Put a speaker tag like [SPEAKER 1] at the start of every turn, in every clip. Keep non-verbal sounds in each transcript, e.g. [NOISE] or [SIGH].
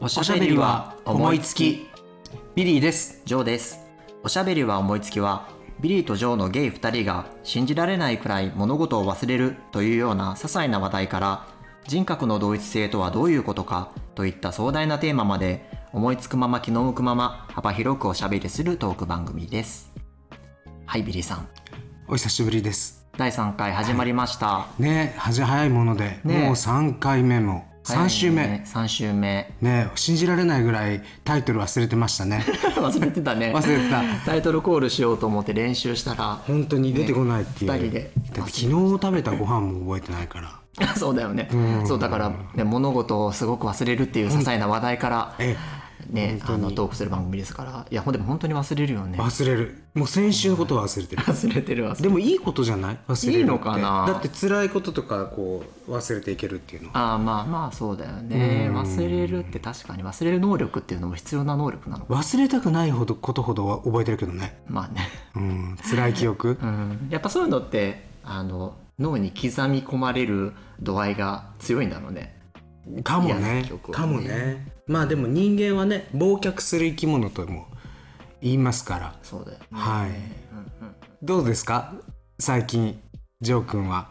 [SPEAKER 1] おしゃべりは思いつきビリーです
[SPEAKER 2] ジョーです。おしゃべりは思いつきは、ビリーとジョーのゲイ2人が信じられないくらい物事を忘れるというような些細な話題から、人格の同一性とはどういうことかといった壮大なテーマまで、思いつくまま気の向くまま幅広くおしゃべりするトーク番組です。はい、ビリーさん。
[SPEAKER 1] お久しぶりです
[SPEAKER 2] 第3回始まりました。
[SPEAKER 1] ね恥早いもので、
[SPEAKER 2] ね
[SPEAKER 1] もう3回目も3週目、
[SPEAKER 2] ね、3週目。
[SPEAKER 1] ね信じられないぐらいタイトル忘れてましたね
[SPEAKER 2] [LAUGHS] 忘れてたね。
[SPEAKER 1] 忘れてた
[SPEAKER 2] タイトルコールしようと思って練習したら、
[SPEAKER 1] 本当に出てこないっていう、
[SPEAKER 2] ね二人で
[SPEAKER 1] だって昨日食べたご飯も覚えてないから
[SPEAKER 2] [LAUGHS] そうだよね、
[SPEAKER 1] うん
[SPEAKER 2] そうだから、ね、物事をすごく忘れるっていう些細な話題から、
[SPEAKER 1] え
[SPEAKER 2] ね、
[SPEAKER 1] 本当
[SPEAKER 2] あ
[SPEAKER 1] に
[SPEAKER 2] のトークする番組ですからいやほんでも本当に忘れるよね
[SPEAKER 1] 忘れるもう先週のことは忘れてる
[SPEAKER 2] 忘れてるわ
[SPEAKER 1] でもいいことじゃない忘れるって
[SPEAKER 2] いいのかな
[SPEAKER 1] だって辛いこととかこう忘れていけるっていうのは
[SPEAKER 2] ああまあまあそうだよね
[SPEAKER 1] うん
[SPEAKER 2] 忘れるって確かに忘れる能力っていうのも必要な能力なのか
[SPEAKER 1] 忘れたくないほどことほどは覚えてるけどね
[SPEAKER 2] まあね、
[SPEAKER 1] うん辛い記憶
[SPEAKER 2] うん、やっぱそういうのってあの脳に刻み込まれる度合いが強いんだろうね
[SPEAKER 1] かも
[SPEAKER 2] 嫌
[SPEAKER 1] ね
[SPEAKER 2] な記憶をね
[SPEAKER 1] かもねまあでも人間はね忘却する生き物とも言いますから
[SPEAKER 2] そうだよね、
[SPEAKER 1] はい
[SPEAKER 2] うんうん
[SPEAKER 1] どうですか最近ジョー君は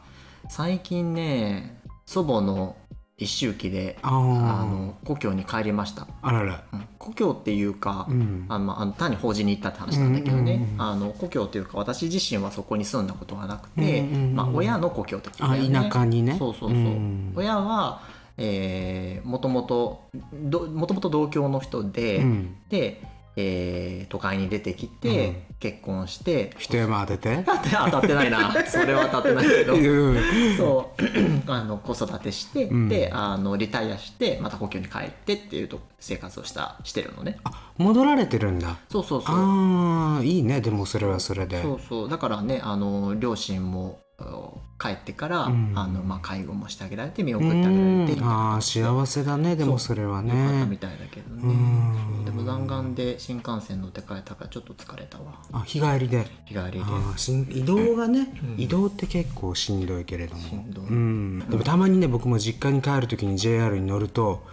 [SPEAKER 2] 最近ね祖母の一周忌で
[SPEAKER 1] あ
[SPEAKER 2] あ
[SPEAKER 1] ー
[SPEAKER 2] の故郷に帰りました
[SPEAKER 1] あらら
[SPEAKER 2] うん故郷っていうか、
[SPEAKER 1] うん
[SPEAKER 2] あのあの単に法事に行ったって話なんだけどね、
[SPEAKER 1] うんうんうん
[SPEAKER 2] あの故郷っていうか私自身はそこに住んだことがなくて、
[SPEAKER 1] うんうんうん
[SPEAKER 2] まあ、親の故郷ってこと
[SPEAKER 1] あ
[SPEAKER 2] だよね
[SPEAKER 1] 田舎にね
[SPEAKER 2] そうそうそう、
[SPEAKER 1] ん
[SPEAKER 2] 親はえーもともとどもともと同郷の人で、
[SPEAKER 1] うん
[SPEAKER 2] で、えー都会に出てきて、
[SPEAKER 1] うん
[SPEAKER 2] 結婚して
[SPEAKER 1] 一山当て
[SPEAKER 2] [LAUGHS]
[SPEAKER 1] て
[SPEAKER 2] 当て当たってな
[SPEAKER 1] [LAUGHS]
[SPEAKER 2] いなそれは当たってないけど
[SPEAKER 1] うん
[SPEAKER 2] そう [CLEARS THROAT] あの子育てして、
[SPEAKER 1] うん
[SPEAKER 2] であのリタイアしてまた故郷に帰ってっていうと生活をしたしてるのね
[SPEAKER 1] あ戻られてるんだ
[SPEAKER 2] そうそうそう
[SPEAKER 1] あーいいねでもそれはそれで
[SPEAKER 2] そうそうだからねあの両親もあの帰ってから、
[SPEAKER 1] うん
[SPEAKER 2] あのまあ、介護もしてあげられて見
[SPEAKER 1] う
[SPEAKER 2] 送ってあげられてみ
[SPEAKER 1] ん
[SPEAKER 2] たいな
[SPEAKER 1] あー幸せだねでもそれは
[SPEAKER 2] よかった
[SPEAKER 1] ね
[SPEAKER 2] みたいだけどね、
[SPEAKER 1] うん
[SPEAKER 2] そうでも弾丸で新幹線乗って帰ったからちょっと疲れたわ
[SPEAKER 1] あ日帰りで
[SPEAKER 2] 日帰りで
[SPEAKER 1] あーしん移動がね、
[SPEAKER 2] うん
[SPEAKER 1] 移動って結構しんどいけれども
[SPEAKER 2] しんどい
[SPEAKER 1] うん、でもたまにね僕も実家に帰る時に JR に乗ると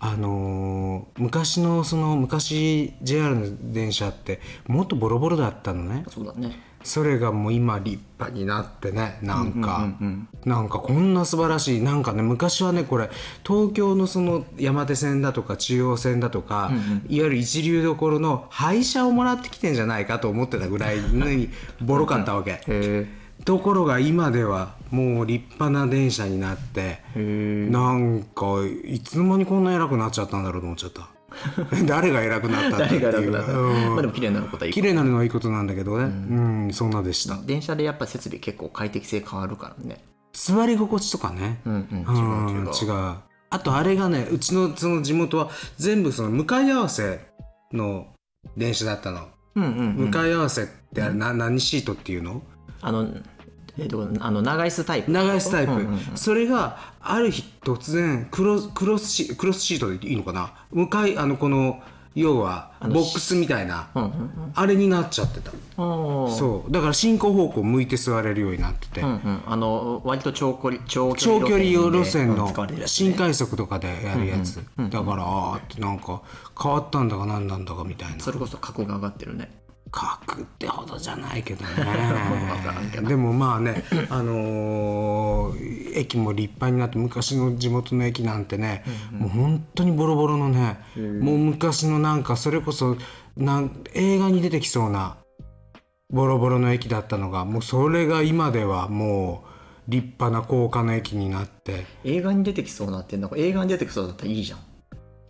[SPEAKER 1] あのー昔のその昔 JR の電車ってもっとボロボロだったのね
[SPEAKER 2] そうだね
[SPEAKER 1] それがもう今立派になってねなんか、
[SPEAKER 2] うんうん
[SPEAKER 1] なんかこんな素晴らしいなんかね昔はねこれ東京のその山手線だとか中央線だとか、
[SPEAKER 2] うんうん
[SPEAKER 1] いわゆる一流どころの廃車をもらってきてんじゃないかと思ってたぐらいにボロかったわ
[SPEAKER 2] [LAUGHS]
[SPEAKER 1] け
[SPEAKER 2] うんへ
[SPEAKER 1] ところが今ではもう立派な電車になって
[SPEAKER 2] えへえ
[SPEAKER 1] なんかいつの間にこんな偉くなっちゃったんだろうと思っちゃった [LAUGHS] 誰が偉くなったんだってい
[SPEAKER 2] 誰
[SPEAKER 1] う
[SPEAKER 2] が楽だった、
[SPEAKER 1] うん
[SPEAKER 2] まあでも綺麗になることはいい
[SPEAKER 1] 綺麗になるのはいいことなんだけどねうん、そんなでした
[SPEAKER 2] 電車でやっぱ設備結構快適性変わるからね
[SPEAKER 1] 座り心地とかね
[SPEAKER 2] うんうん
[SPEAKER 1] う
[SPEAKER 2] 違
[SPEAKER 1] ん
[SPEAKER 2] う
[SPEAKER 1] 違
[SPEAKER 2] 違う
[SPEAKER 1] うあとあれがねうちのその地元は全部その向かい合わせの電車だったの、
[SPEAKER 2] うんうんうん
[SPEAKER 1] 向かい合わせってあれな何シートっていうの
[SPEAKER 2] あのえっとあの長椅子タイプ
[SPEAKER 1] 長いスタイプ、
[SPEAKER 2] うんうんうん
[SPEAKER 1] それがある日突然クロスクロスシクロスシートでいいのかな向かいあのこの要は
[SPEAKER 2] あの
[SPEAKER 1] ボックスみたいな
[SPEAKER 2] うんうん
[SPEAKER 1] あれになっちゃってた
[SPEAKER 2] うんう
[SPEAKER 1] そうだから進行方向向いて座れるようになってて、
[SPEAKER 2] うんうん、あの割と長距離長距
[SPEAKER 1] 長距離路
[SPEAKER 2] 離
[SPEAKER 1] 線の
[SPEAKER 2] でうん使われるやつね
[SPEAKER 1] 新快速とかでやるやつだからあーってなんか変わったんだか何なんだかみたいな
[SPEAKER 2] それこそ格が上がってるね
[SPEAKER 1] 格ってほどじゃないけど
[SPEAKER 2] からんけ
[SPEAKER 1] ねでもまあねあのー駅も立派になって昔の地元の駅なんてねもう本当にボロボロのねもう昔のなんかそれこそなん映画に出てきそうなボロボロの駅だったのがもうそれが今ではもう立派な高架の駅になって。
[SPEAKER 2] 映画に出てきそうなってなんか映画に出てきそうだったらいいじゃん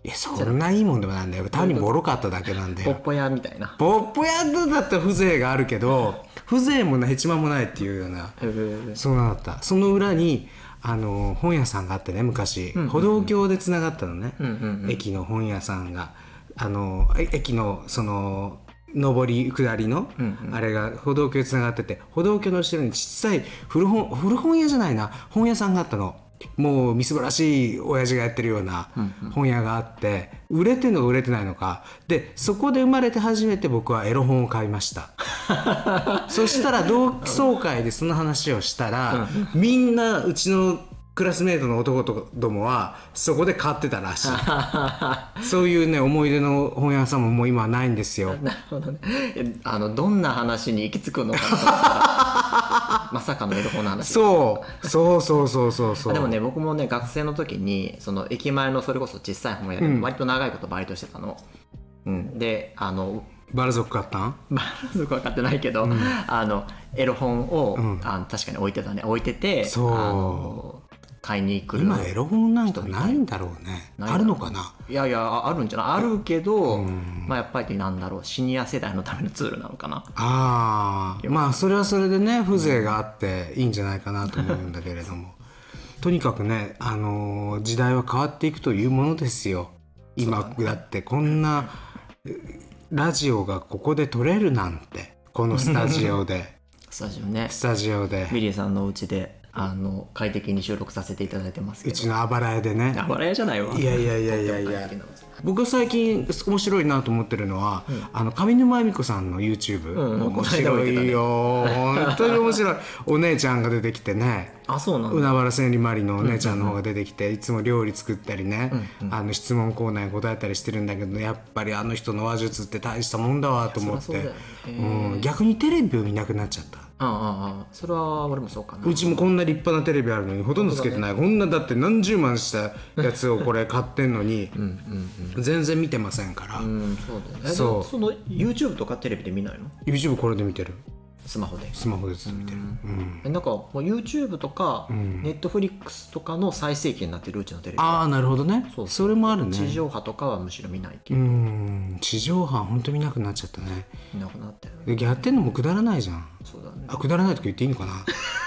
[SPEAKER 1] いやそんないいもんでもないんだよ単にボロかっただけなんだ
[SPEAKER 2] ポッ
[SPEAKER 1] よ
[SPEAKER 2] ポ屋みたいな
[SPEAKER 1] ポップヤードだったら風情があるけど風情もないヘチマもないっていうような
[SPEAKER 2] へー
[SPEAKER 1] そうなんだったその裏にあの本屋さんがあってね昔、
[SPEAKER 2] んうんうん
[SPEAKER 1] 歩道橋でつながったのね、
[SPEAKER 2] うんうん [LAUGHS] うん
[SPEAKER 1] 駅の本屋さんがあのえ駅のその上り下りの、
[SPEAKER 2] うんうん
[SPEAKER 1] あれが歩道橋につながってて歩道橋の後ろにちっちゃい古本古本屋じゃないな本屋さんがあったのもうみすぼらしい親父がやってるような本屋があって、売れてんのか売れてないのかでそこで生まれて初めて僕はエロ本を買いま
[SPEAKER 2] [LAUGHS]
[SPEAKER 1] したそしたら同窓会でその話をしたら、みんなうちのクラスメートの男とどもはそこで買ってたらしいそういうね思い出の本屋さんももう今はないんですよ
[SPEAKER 2] なるほどねえあのどんな話に行き着くのかと思ったらまさかのエロ本の話
[SPEAKER 1] そうそうそうそうそうそう
[SPEAKER 2] でもね僕もね学生の時にその駅前のそれこそ小さい本屋で
[SPEAKER 1] うん
[SPEAKER 2] 割と長いことバイトしてたの、うん、であの
[SPEAKER 1] バル族買ったん
[SPEAKER 2] [LAUGHS] まあよく分かってないけど、あのエロ本を、
[SPEAKER 1] うん
[SPEAKER 2] あの確かに置いてたね置いてて
[SPEAKER 1] そう
[SPEAKER 2] あの買いに来る
[SPEAKER 1] 今エロ本なんかないんだろうね
[SPEAKER 2] ない
[SPEAKER 1] あるのかない
[SPEAKER 2] やいやああるんじゃないあるけど、
[SPEAKER 1] うん
[SPEAKER 2] まあやっぱりなんだろうシニア世代のためのツールなのかな
[SPEAKER 1] ああまあそれはそれでね風情があっていいんじゃないかなと思うんだけれども [LAUGHS] とにかくね、あのー時代は変わっていくというものですよ今だってこんなラジオがここで撮れるなんてこのスタジオで
[SPEAKER 2] [LAUGHS] スタジオね
[SPEAKER 1] スタジオで
[SPEAKER 2] ミリーさんのお家であの快適に収録させていただいてますけ
[SPEAKER 1] う
[SPEAKER 2] ど
[SPEAKER 1] ちのあばら屋でね
[SPEAKER 2] あ笑いじゃないわ
[SPEAKER 1] いやいやいやいやいや僕が最近面白いなと思ってるのは、あの上沼恵美子さんの YouTube、
[SPEAKER 2] うんうん
[SPEAKER 1] 面白いよ、本当に面白いお姉ちゃんが出てきてね
[SPEAKER 2] あそうなん
[SPEAKER 1] 海
[SPEAKER 2] だ
[SPEAKER 1] 原千里マリのお姉ちゃんの方が出てきて、いつも料理作ったりね、
[SPEAKER 2] うん
[SPEAKER 1] あの質問コーナーに答えたりしてるんだけどやっぱりあの人の話術って大したもんだわと思っ
[SPEAKER 2] そりゃ
[SPEAKER 1] て
[SPEAKER 2] そうだよね
[SPEAKER 1] うん、逆にテレビを見なくなっちゃった。
[SPEAKER 2] ああああそれは俺もそうかな
[SPEAKER 1] うちもこんな立派なテレビあるのにほとんどつけてない、こんなだって何十万したやつをこれ買ってんのに、全然見てませんから、
[SPEAKER 2] うんそうだよね
[SPEAKER 1] そう
[SPEAKER 2] でもその YouTube とかテレビで見ないの
[SPEAKER 1] YouTube これで見てる
[SPEAKER 2] スマホで
[SPEAKER 1] スマホでずっと見てる、うん
[SPEAKER 2] えなんかもう YouTube とか
[SPEAKER 1] ん
[SPEAKER 2] Netflix とかの最盛期になってるうちのテレビ
[SPEAKER 1] ああなるほどね
[SPEAKER 2] そ
[SPEAKER 1] そう
[SPEAKER 2] そう
[SPEAKER 1] れもあるね
[SPEAKER 2] 地上波とかはむしろ見ないけ
[SPEAKER 1] う
[SPEAKER 2] ど
[SPEAKER 1] ん地上波本当見なくなっちゃったね
[SPEAKER 2] 見なくなったよね
[SPEAKER 1] でやってんのもくだらないじゃん
[SPEAKER 2] そうだね
[SPEAKER 1] あくだらないとか言っていいのか [LAUGHS] な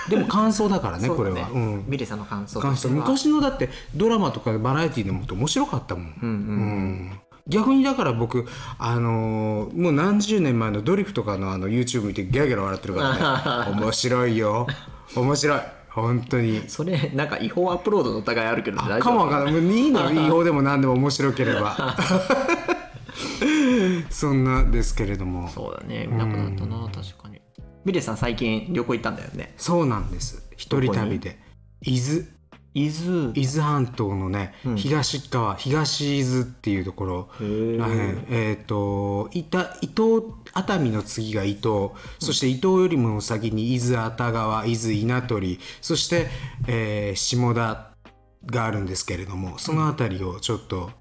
[SPEAKER 1] でも感想だからね
[SPEAKER 2] そう
[SPEAKER 1] こ
[SPEAKER 2] だ
[SPEAKER 1] れ
[SPEAKER 2] ね
[SPEAKER 1] は、うん
[SPEAKER 2] ミレさんの感想と
[SPEAKER 1] 感
[SPEAKER 2] して
[SPEAKER 1] 想
[SPEAKER 2] は
[SPEAKER 1] 昔のだってドラマとかバラエティーでもっと面白かったもん、
[SPEAKER 2] うんう
[SPEAKER 1] う
[SPEAKER 2] ん
[SPEAKER 1] ん逆にだから僕、あのーもう何十年前のドリフとかのあの YouTube 見てギャーギャー笑ってるから
[SPEAKER 2] [LAUGHS]
[SPEAKER 1] ね面白いよ面白い本当に
[SPEAKER 2] それなんか違法アップロードの疑いあるけど大丈夫
[SPEAKER 1] かもわかんないもういいの違法でも何でも面白ければ
[SPEAKER 2] [LAUGHS]
[SPEAKER 1] そんなですけれども
[SPEAKER 2] そうだね見なくなったな確かにミレさん最近旅行行ったんだよね
[SPEAKER 1] そうなんです一人旅で伊豆
[SPEAKER 2] 伊豆
[SPEAKER 1] 伊豆半島のね、
[SPEAKER 2] うん
[SPEAKER 1] 東側東伊豆っていうところらへんえっ、と伊田伊東熱海の次が伊東そして伊東よりも先に伊豆熱川伊豆稲取そして、えー下田があるんですけれどもその辺りをちょっと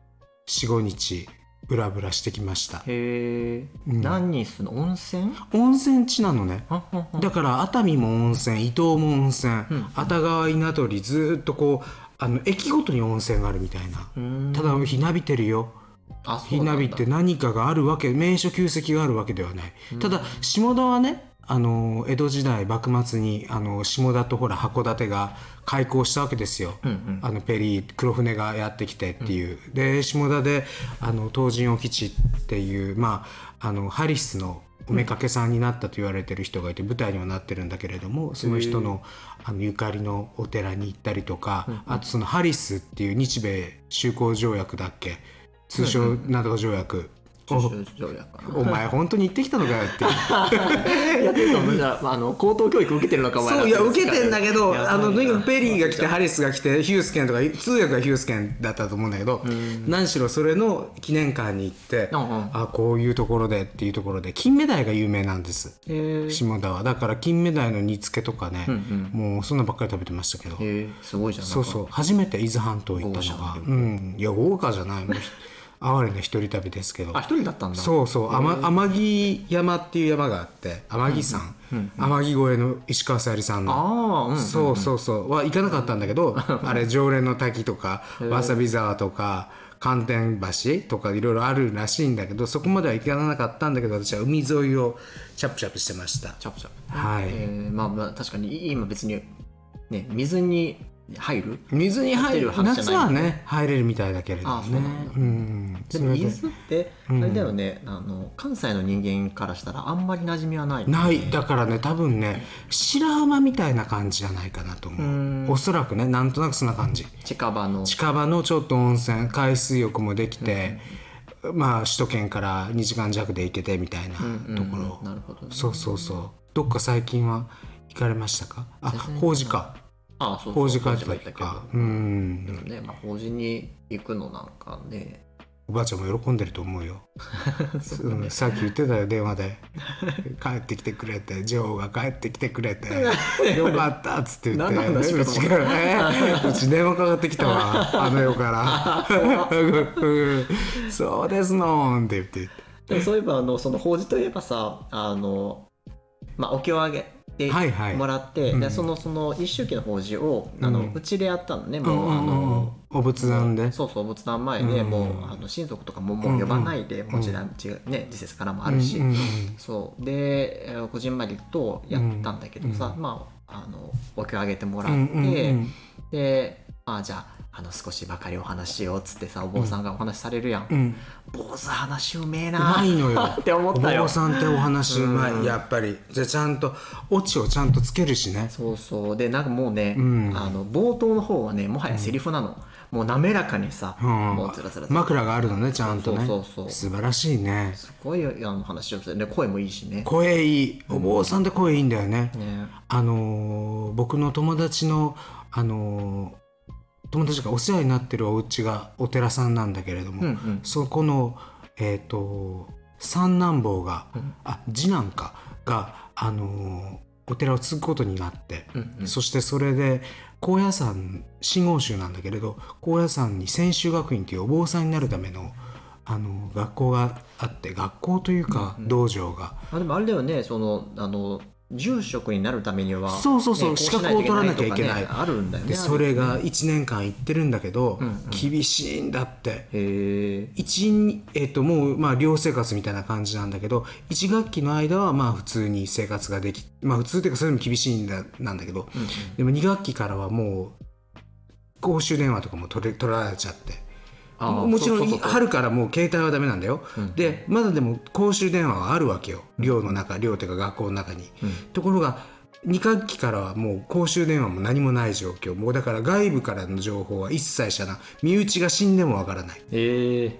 [SPEAKER 1] 45日ブラブラしてきました
[SPEAKER 2] へえ
[SPEAKER 1] ん
[SPEAKER 2] 何にするの温泉
[SPEAKER 1] 温泉地なのね
[SPEAKER 2] あああ
[SPEAKER 1] だから熱海も温泉伊東も温泉
[SPEAKER 2] うん
[SPEAKER 1] 熱川稲取ずーっとこうあの駅ごとに温泉があるみたいな
[SPEAKER 2] うーん
[SPEAKER 1] ただひなびてるよ
[SPEAKER 2] あそう
[SPEAKER 1] ひ
[SPEAKER 2] な
[SPEAKER 1] なん
[SPEAKER 2] だ
[SPEAKER 1] びって何かがあるわけ名所旧跡があるわけではない、ただ下田はねあの江戸時代幕末にあの下田とほら函館が開港したわけですよ、
[SPEAKER 2] うんうん
[SPEAKER 1] あのペリー黒船がやってきてっていう、で下田であの東神沖地っていう、まあ、あのハリスのおめかけさんになったと言われてる人がいて舞台にはなってるんだけれどもその人のあのゆかりのお寺に行ったりとか、あとそのハリスっていう日米修好条約だっけ通称なんとか条約、
[SPEAKER 2] 中小条約かな
[SPEAKER 1] お前本当に行ってきたのかよっていう
[SPEAKER 2] やってると思うじゃああの高等教育受けてるのかお前ら
[SPEAKER 1] そういや受けてんだ
[SPEAKER 2] け
[SPEAKER 1] けど
[SPEAKER 2] や
[SPEAKER 1] あのとにか
[SPEAKER 2] な
[SPEAKER 1] く
[SPEAKER 2] んか
[SPEAKER 1] ペリーが来てハリスが来てヒュースケンとか通訳がヒュースケンだったと思うんだけど何しろそれの記念館に行って
[SPEAKER 2] うんうん
[SPEAKER 1] あこういうところでっていうところで金目鯛が有名なんです
[SPEAKER 2] どへえ
[SPEAKER 1] 下田はだから金目鯛の煮付けとかね
[SPEAKER 2] うん
[SPEAKER 1] もうそんなばっかり食べてましたけど
[SPEAKER 2] へえすごいじゃんない
[SPEAKER 1] そうそう初めて伊豆半島行ったの
[SPEAKER 2] 豪華
[SPEAKER 1] が
[SPEAKER 2] じゃ
[SPEAKER 1] うんいや豪華じゃないもうひ哀れな一人旅ですけど
[SPEAKER 2] あ一人だったんだ
[SPEAKER 1] そうそう天天城山っていう山があって天城山天城越えの石川さゆりさんの
[SPEAKER 2] ああうん
[SPEAKER 1] そうそうそうは行かなかったんだけどあれ常連の滝とかわさび沢とか寒天橋とかいろいろあるらしいんだけどそこまでは行かなかったんだけど私は海沿いをチャプチャプしてました
[SPEAKER 2] チャプチャプ
[SPEAKER 1] はい、
[SPEAKER 2] えーまあまあ確かに今別にね水に入る
[SPEAKER 1] 水に入る
[SPEAKER 2] ホテル派じ
[SPEAKER 1] 夏
[SPEAKER 2] ゃない
[SPEAKER 1] はね入れるみたいだけれども
[SPEAKER 2] あそうな
[SPEAKER 1] ね
[SPEAKER 2] んだ
[SPEAKER 1] うん
[SPEAKER 2] で
[SPEAKER 1] そ
[SPEAKER 2] も
[SPEAKER 1] れ
[SPEAKER 2] 伊
[SPEAKER 1] で
[SPEAKER 2] 豆ってあれだよね、あの関西の人間からしたらあんまり馴染みはない
[SPEAKER 1] ないだからね多分ね白浜みたいな感じじゃないかなと
[SPEAKER 2] うん
[SPEAKER 1] 思うおそらくねなんとなくそんな感じ
[SPEAKER 2] 近場の
[SPEAKER 1] 近場のちょっと温泉海水浴もできて、まあ首都圏から2時間弱で行けてみたいなところ、
[SPEAKER 2] うんなるほどね
[SPEAKER 1] そうそうそうどっか最近は行かれましたかあ
[SPEAKER 2] 全然
[SPEAKER 1] 法事か
[SPEAKER 2] ああそうそう
[SPEAKER 1] 法事帰っ
[SPEAKER 2] 法
[SPEAKER 1] た
[SPEAKER 2] 事帰
[SPEAKER 1] り
[SPEAKER 2] っ
[SPEAKER 1] と
[SPEAKER 2] たけど
[SPEAKER 1] かう
[SPEAKER 2] でも
[SPEAKER 1] ん
[SPEAKER 2] ね、まあ、法事に行くのなんかね
[SPEAKER 1] おばあちゃんも喜んでると思うよ、
[SPEAKER 2] [LAUGHS] そう
[SPEAKER 1] う
[SPEAKER 2] だね
[SPEAKER 1] ん、さっき言ってたよ電話で帰ってきてくれて女王が帰ってきてくれてよかったっつって言って
[SPEAKER 2] 何の話か
[SPEAKER 1] う
[SPEAKER 2] と
[SPEAKER 1] ち
[SPEAKER 2] 思っ
[SPEAKER 1] がねうち電話かかってきたわあの世からうん「そうですのん」って言って
[SPEAKER 2] でもそういえばあのその法事といえばさあの、まあ、お経をあげて
[SPEAKER 1] はいはい
[SPEAKER 2] もらって、
[SPEAKER 1] うん
[SPEAKER 2] でそのその一周忌の法事をあの、う
[SPEAKER 1] うん
[SPEAKER 2] ちでやったのね
[SPEAKER 1] う
[SPEAKER 2] もう、
[SPEAKER 1] んう
[SPEAKER 2] あ
[SPEAKER 1] んうんうん
[SPEAKER 2] の
[SPEAKER 1] お仏壇で
[SPEAKER 2] そうそうお仏壇前で、
[SPEAKER 1] うん
[SPEAKER 2] もうあの親族とかももう呼ばないで、
[SPEAKER 1] ん
[SPEAKER 2] もう時代ね、時節からもあるし、
[SPEAKER 1] うんうんうん
[SPEAKER 2] そうでえーこじんまりとやったんだけどさ、
[SPEAKER 1] うん
[SPEAKER 2] まああのお経をあげてもらっ
[SPEAKER 1] う
[SPEAKER 2] て、
[SPEAKER 1] んうん
[SPEAKER 2] で、まあ、じゃああの少しばかりお話しようっつってさお坊さんがお話しされるやん、
[SPEAKER 1] うんうん
[SPEAKER 2] 坊主話うめえ
[SPEAKER 1] う
[SPEAKER 2] な
[SPEAKER 1] まいのよ
[SPEAKER 2] [LAUGHS] って思ったよ
[SPEAKER 1] お坊さんってお話うま
[SPEAKER 2] うん
[SPEAKER 1] いやっぱりじゃあちゃんとオチをちゃんとつけるしね
[SPEAKER 2] そうそうでなんかもうね、
[SPEAKER 1] うん
[SPEAKER 2] あの冒頭の方はねもはやセリフなの、もう滑らかにさ、
[SPEAKER 1] うん
[SPEAKER 2] もうつらつらつら
[SPEAKER 1] 枕があるのねちゃんとね
[SPEAKER 2] そうそうそう
[SPEAKER 1] 素晴らしいね
[SPEAKER 2] すごいあの話をするで声もいいしね
[SPEAKER 1] 声いいお坊さんで声いいんだよね、
[SPEAKER 2] ね
[SPEAKER 1] あのー僕の友達のあのー友達がお世話になってるお家がお寺さんなんだけれども、
[SPEAKER 2] うんうん
[SPEAKER 1] そこのえっ、と三男坊が、
[SPEAKER 2] うん
[SPEAKER 1] あ次男かがあのーお寺を継ぐことになって、
[SPEAKER 2] うんうん
[SPEAKER 1] そしてそれで高野山真言宗なんだけれど高野山に専修学院というお坊さんになるためのあの学校があって学校というか道場が、
[SPEAKER 2] あでもあれだよねそのあの住職になるためには
[SPEAKER 1] そうそうそう
[SPEAKER 2] ねこし
[SPEAKER 1] 資格を取らなきゃいけ
[SPEAKER 2] とか
[SPEAKER 1] ない
[SPEAKER 2] ねあるんだよね
[SPEAKER 1] でそれが1年間行ってるんだけど、
[SPEAKER 2] うんうん
[SPEAKER 1] 厳しいんだって。
[SPEAKER 2] へえ
[SPEAKER 1] 一えっともうまあ寮生活みたいな感じなんだけど1学期の間はまあ普通に生活ができまあ普通っていうかそれでも厳しいんだなんだけどでも2学期からはもう公衆電話とかも取れ取られちゃってももちろん春からもう携帯はダメなんだよ、
[SPEAKER 2] うん
[SPEAKER 1] でまだでも公衆電話はあるわけよ寮の中寮というか学校の中に、
[SPEAKER 2] うん
[SPEAKER 1] ところが2学期からはもう公衆電話も何もない状況もうだから外部からの情報は一切遮断身内が死んでもわからない
[SPEAKER 2] へえ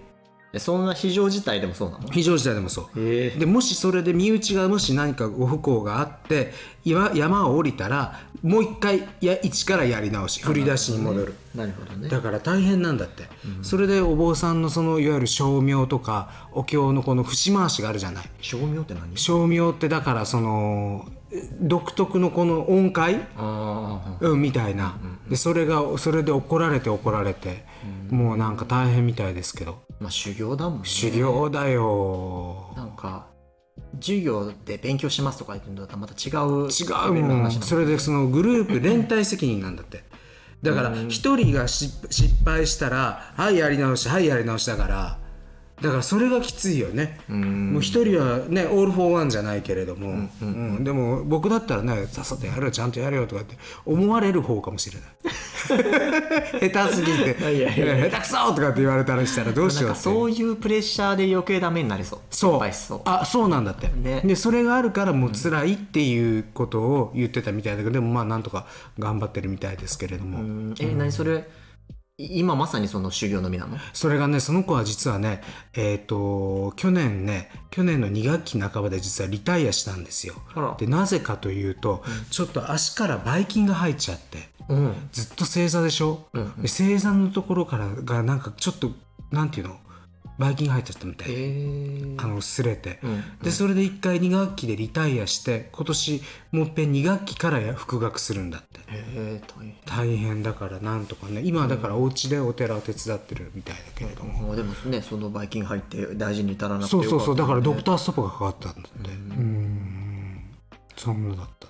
[SPEAKER 2] えそんな非常事態でもそうなの
[SPEAKER 1] 非常事態でもそう
[SPEAKER 2] へえ
[SPEAKER 1] でもしそれで身内がもし何かご不幸があって岩山を降りたらもう一回や一からやり直し振り出しに戻る
[SPEAKER 2] なるほどね
[SPEAKER 1] だから大変なんだって、それでお坊さんのそのいわゆる称名とかお経のこの節回しがあるじゃない
[SPEAKER 2] 照明って何
[SPEAKER 1] 称名ってだからそのえ独特のこの音階、
[SPEAKER 2] あ
[SPEAKER 1] うん、みたいな、でそれがそれで怒られて怒られて、もうなんか大変みたいですけど
[SPEAKER 2] あまあ修行だもんね
[SPEAKER 1] 修行だよ
[SPEAKER 2] なんか授業で勉強しますとか言ってるのとはまた違う
[SPEAKER 1] 違
[SPEAKER 2] レ
[SPEAKER 1] う
[SPEAKER 2] ベルの
[SPEAKER 1] もん
[SPEAKER 2] 話なの
[SPEAKER 1] それでそのグループ連帯責任なんだってだから一人がし失敗したらはいやり直しはいやり直しだからだからそれがきついよね
[SPEAKER 2] うん
[SPEAKER 1] もう一人はねオール・フォー・ワンじゃないけれども、うんでも僕だったらねさっさとやるよちゃんとやるよとかって思われる方かもしれない [LAUGHS] 下手すぎて「
[SPEAKER 2] [LAUGHS] いやいやいや
[SPEAKER 1] 下手くそ!」とかって言われたらしたらどうし
[SPEAKER 2] なん
[SPEAKER 1] よう
[SPEAKER 2] か
[SPEAKER 1] っていう
[SPEAKER 2] そういうプレッシャーで余計ダメになりそう
[SPEAKER 1] そ
[SPEAKER 2] 失
[SPEAKER 1] う
[SPEAKER 2] 敗しそう
[SPEAKER 1] あそうなんだって、
[SPEAKER 2] ね
[SPEAKER 1] でそれがあるからもう辛いっていうことを言ってたみたいだけどでもまあなんとか頑張ってるみたいですけれども、
[SPEAKER 2] うんえ何それい今まさにその修行のみなの
[SPEAKER 1] それがねその子は実はねえっ、と去年ね去年の2学期半ばで実はリタイアしたんですよ
[SPEAKER 2] あら
[SPEAKER 1] でなぜかというと、ちょっと足からばい菌が入っちゃって
[SPEAKER 2] うん
[SPEAKER 1] ずっと正座でしょ、
[SPEAKER 2] うんうん
[SPEAKER 1] で正座のところからがなんかちょっとなんていうのばい菌が入っちゃったみた
[SPEAKER 2] へ
[SPEAKER 1] い、
[SPEAKER 2] え
[SPEAKER 1] あの擦れて、
[SPEAKER 2] うん
[SPEAKER 1] でそれで1回2学期でリタイアして今年もう一遍2学期からや復学するんだって
[SPEAKER 2] へえ大変
[SPEAKER 1] 大変だからなんとかね今はだからお家でお寺を手伝ってるみたいだけれども、
[SPEAKER 2] もうでもねそのばい菌入って大事に至らなくて
[SPEAKER 1] そうそうそうだからドク
[SPEAKER 2] タ
[SPEAKER 1] ターストップがかかったんだってうんそんなだった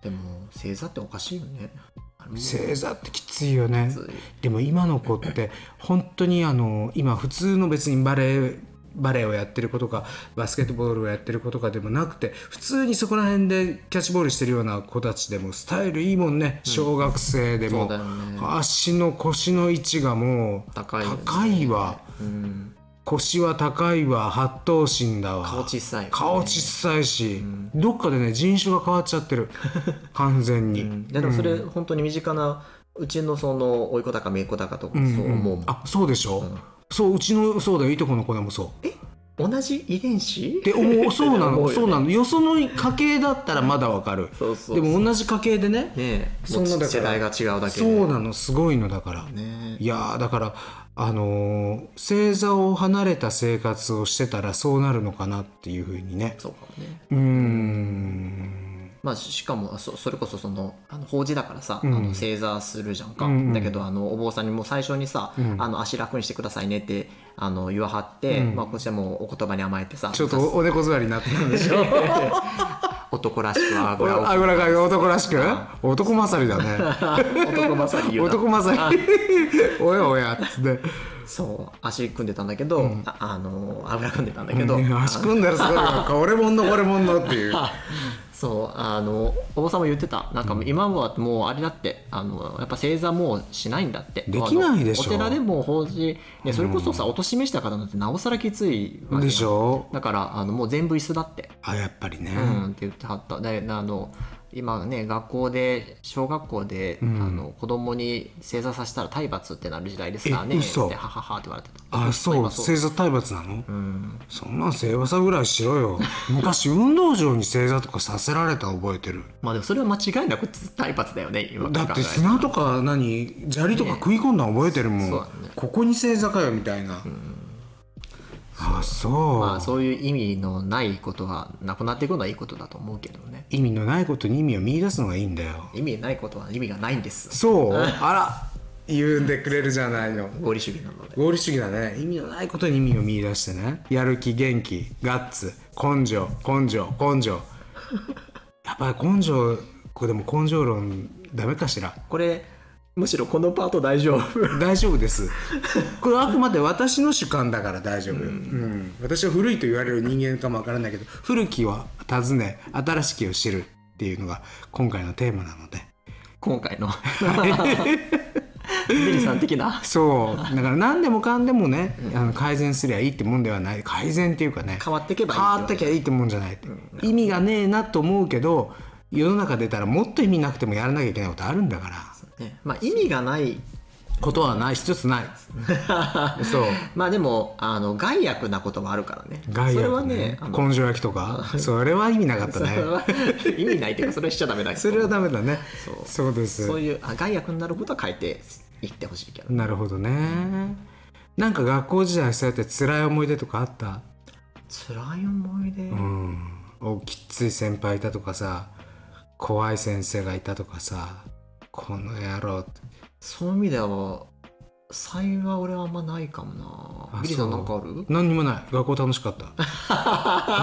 [SPEAKER 2] ーでも正座っておかしいよねあれも
[SPEAKER 1] 正座ってきついよね
[SPEAKER 2] きつい
[SPEAKER 1] でも今の子って本当にあの今普通の別にバレーバレーをやってる子とかバスケットボールをやってる子とかでもなくて普通にそこら辺でキャッチボールしてるような子たちでもスタイルいいもんね小学生で
[SPEAKER 2] そ
[SPEAKER 1] も、
[SPEAKER 2] うだよね
[SPEAKER 1] 足の腰の位置がもう
[SPEAKER 2] 高いよね
[SPEAKER 1] 高いわ
[SPEAKER 2] うん
[SPEAKER 1] 腰は高いわ八頭身だわ
[SPEAKER 2] 顔小さいよね
[SPEAKER 1] 顔小さいし、どっかでね人種が変わっちゃって
[SPEAKER 2] [LAUGHS]
[SPEAKER 1] る完全に、
[SPEAKER 2] いやでもそれ本当に身近なうちのその甥いっ子だか姪っ子だかとかそう思うもん
[SPEAKER 1] あそうでしょ、そううちのそうだよいとこの子でもそう
[SPEAKER 2] 同じ遺伝子
[SPEAKER 1] って思
[SPEAKER 2] [LAUGHS]
[SPEAKER 1] うそうな
[SPEAKER 2] 思うよ
[SPEAKER 1] の
[SPEAKER 2] ね
[SPEAKER 1] そうなのよその家系だったらまだわかる
[SPEAKER 2] そうそうそう
[SPEAKER 1] でも同じ家系でね
[SPEAKER 2] ねえ
[SPEAKER 1] そんなだから
[SPEAKER 2] 世代が違うだけで
[SPEAKER 1] そうなのすごいのだから、
[SPEAKER 2] ね
[SPEAKER 1] いやーだからあのー星座を離れた生活をしてたらそうなるのかなっていうふうにね
[SPEAKER 2] そうかもね
[SPEAKER 1] うーん
[SPEAKER 2] まあ、ししかもそそれこそそのあの法事だからさ、
[SPEAKER 1] うん
[SPEAKER 2] あの正座するじゃんか、
[SPEAKER 1] うんうん
[SPEAKER 2] だけどあのお坊さんにもう最初にさ、
[SPEAKER 1] うん
[SPEAKER 2] あの足楽にしてくださいねってあの言わはって、
[SPEAKER 1] うん
[SPEAKER 2] まあ、こっちはもうお言葉に甘えてさ
[SPEAKER 1] ちょっとおおでこ座りになってたんでしょ
[SPEAKER 2] 男らしくはあ
[SPEAKER 1] お
[SPEAKER 2] ごら
[SPEAKER 1] [LAUGHS]
[SPEAKER 2] を
[SPEAKER 1] あぐらが男らしく男勝りだ [LAUGHS] ね
[SPEAKER 2] 男まさに [LAUGHS] 言うな
[SPEAKER 1] 男勝
[SPEAKER 2] [LAUGHS]
[SPEAKER 1] りおやおやっつって
[SPEAKER 2] そう足組んでたんだけど、ああのあぐら組んでたんだけど、
[SPEAKER 1] ね足組んだらすごい
[SPEAKER 2] [LAUGHS]
[SPEAKER 1] なんか俺もんのこれもんのっていう
[SPEAKER 2] そうあのお坊さんも言ってたなんかもう今はもうあれだってあのやっぱ正座もうしないんだって
[SPEAKER 1] できないでしょ
[SPEAKER 2] あのお寺でも法事ねそれこそさお年めした方なんてなおさらきついわけ
[SPEAKER 1] で
[SPEAKER 2] よ
[SPEAKER 1] しょ
[SPEAKER 2] だからあのもう全部椅子だって
[SPEAKER 1] あやっぱりね、
[SPEAKER 2] うんって言ってはっただあの今ね学校で小学校で、
[SPEAKER 1] ん
[SPEAKER 2] あの子供に正座させたら体罰ってなる時代ですからね
[SPEAKER 1] え嘘
[SPEAKER 2] ってはははって言われてた
[SPEAKER 1] あそう
[SPEAKER 2] 今
[SPEAKER 1] 星座体罰なの、
[SPEAKER 2] うん
[SPEAKER 1] そんなん正座ぐらいしろ
[SPEAKER 2] [LAUGHS]
[SPEAKER 1] よ昔運動場に正座とかさせられた覚えてる
[SPEAKER 2] まあでもそれは間違いなく体罰だよね今考えた
[SPEAKER 1] だ
[SPEAKER 2] ら
[SPEAKER 1] って砂とか何砂利とか食い込んだの覚えてるもん、
[SPEAKER 2] そうだね
[SPEAKER 1] ここに正座かよみたいな、あそう,、
[SPEAKER 2] まあ、そういう意味のないことはなくなっていくのはいいことだと思うけどね
[SPEAKER 1] 意味のないことに意味を見出すのがいいんだよ
[SPEAKER 2] 意味ないことは意味がないんです
[SPEAKER 1] そうあら言うんでくれるじゃないの
[SPEAKER 2] 合理主義なので
[SPEAKER 1] 合理主義だね意味のないことに意味を見出してねやる気元気ガッツ根性根性根性 [LAUGHS] やっぱり根性これでも根性論ダメかしら
[SPEAKER 2] これむしろこのパート大丈夫
[SPEAKER 1] 大丈夫です [LAUGHS] これはあくまで私の主観だから大丈夫、うん私は古いと言われる人間かもわからないけど古きは訪ね新しきを知るっていうのが今回のテーマなので
[SPEAKER 2] 今回のビリさん的な
[SPEAKER 1] そうだから何でもかんでもね、あの改善すりゃいいってもんではない改善っていうかね
[SPEAKER 2] 変わっていけばいい
[SPEAKER 1] 変わってきゃいいってもんじゃないって、意味がねえなと思うけど世の中出たらもっと意味なくてもやらなきゃいけないことあるんだから
[SPEAKER 2] ねまあ、意味がない
[SPEAKER 1] ことはないしつつない
[SPEAKER 2] [LAUGHS]
[SPEAKER 1] そう
[SPEAKER 2] まあでもあの害悪なこともあるからね
[SPEAKER 1] ガイ
[SPEAKER 2] そ
[SPEAKER 1] ア
[SPEAKER 2] れ
[SPEAKER 1] と
[SPEAKER 2] は
[SPEAKER 1] かね
[SPEAKER 2] ねあの
[SPEAKER 1] 根性焼きとか
[SPEAKER 2] [LAUGHS]
[SPEAKER 1] それは意味なかった
[SPEAKER 2] それ
[SPEAKER 1] ね
[SPEAKER 2] は [LAUGHS] 意味ないっていうかそれはしちゃダメだけど
[SPEAKER 1] それはダメだね
[SPEAKER 2] そう
[SPEAKER 1] そうです
[SPEAKER 2] そういうあ害悪になることは変えていってほしいけど
[SPEAKER 1] なるほどねなんか学校時代そうやって辛い思い出とかあった
[SPEAKER 2] 辛い思い出、
[SPEAKER 1] うんおきつい先輩いたとかさ怖い先生がいたとかさこの野郎って
[SPEAKER 2] そういう意味では幸いは俺はあんまないかもな
[SPEAKER 1] あ
[SPEAKER 2] ビリさんな
[SPEAKER 1] そうん
[SPEAKER 2] かある
[SPEAKER 1] 何にもない学校楽しかった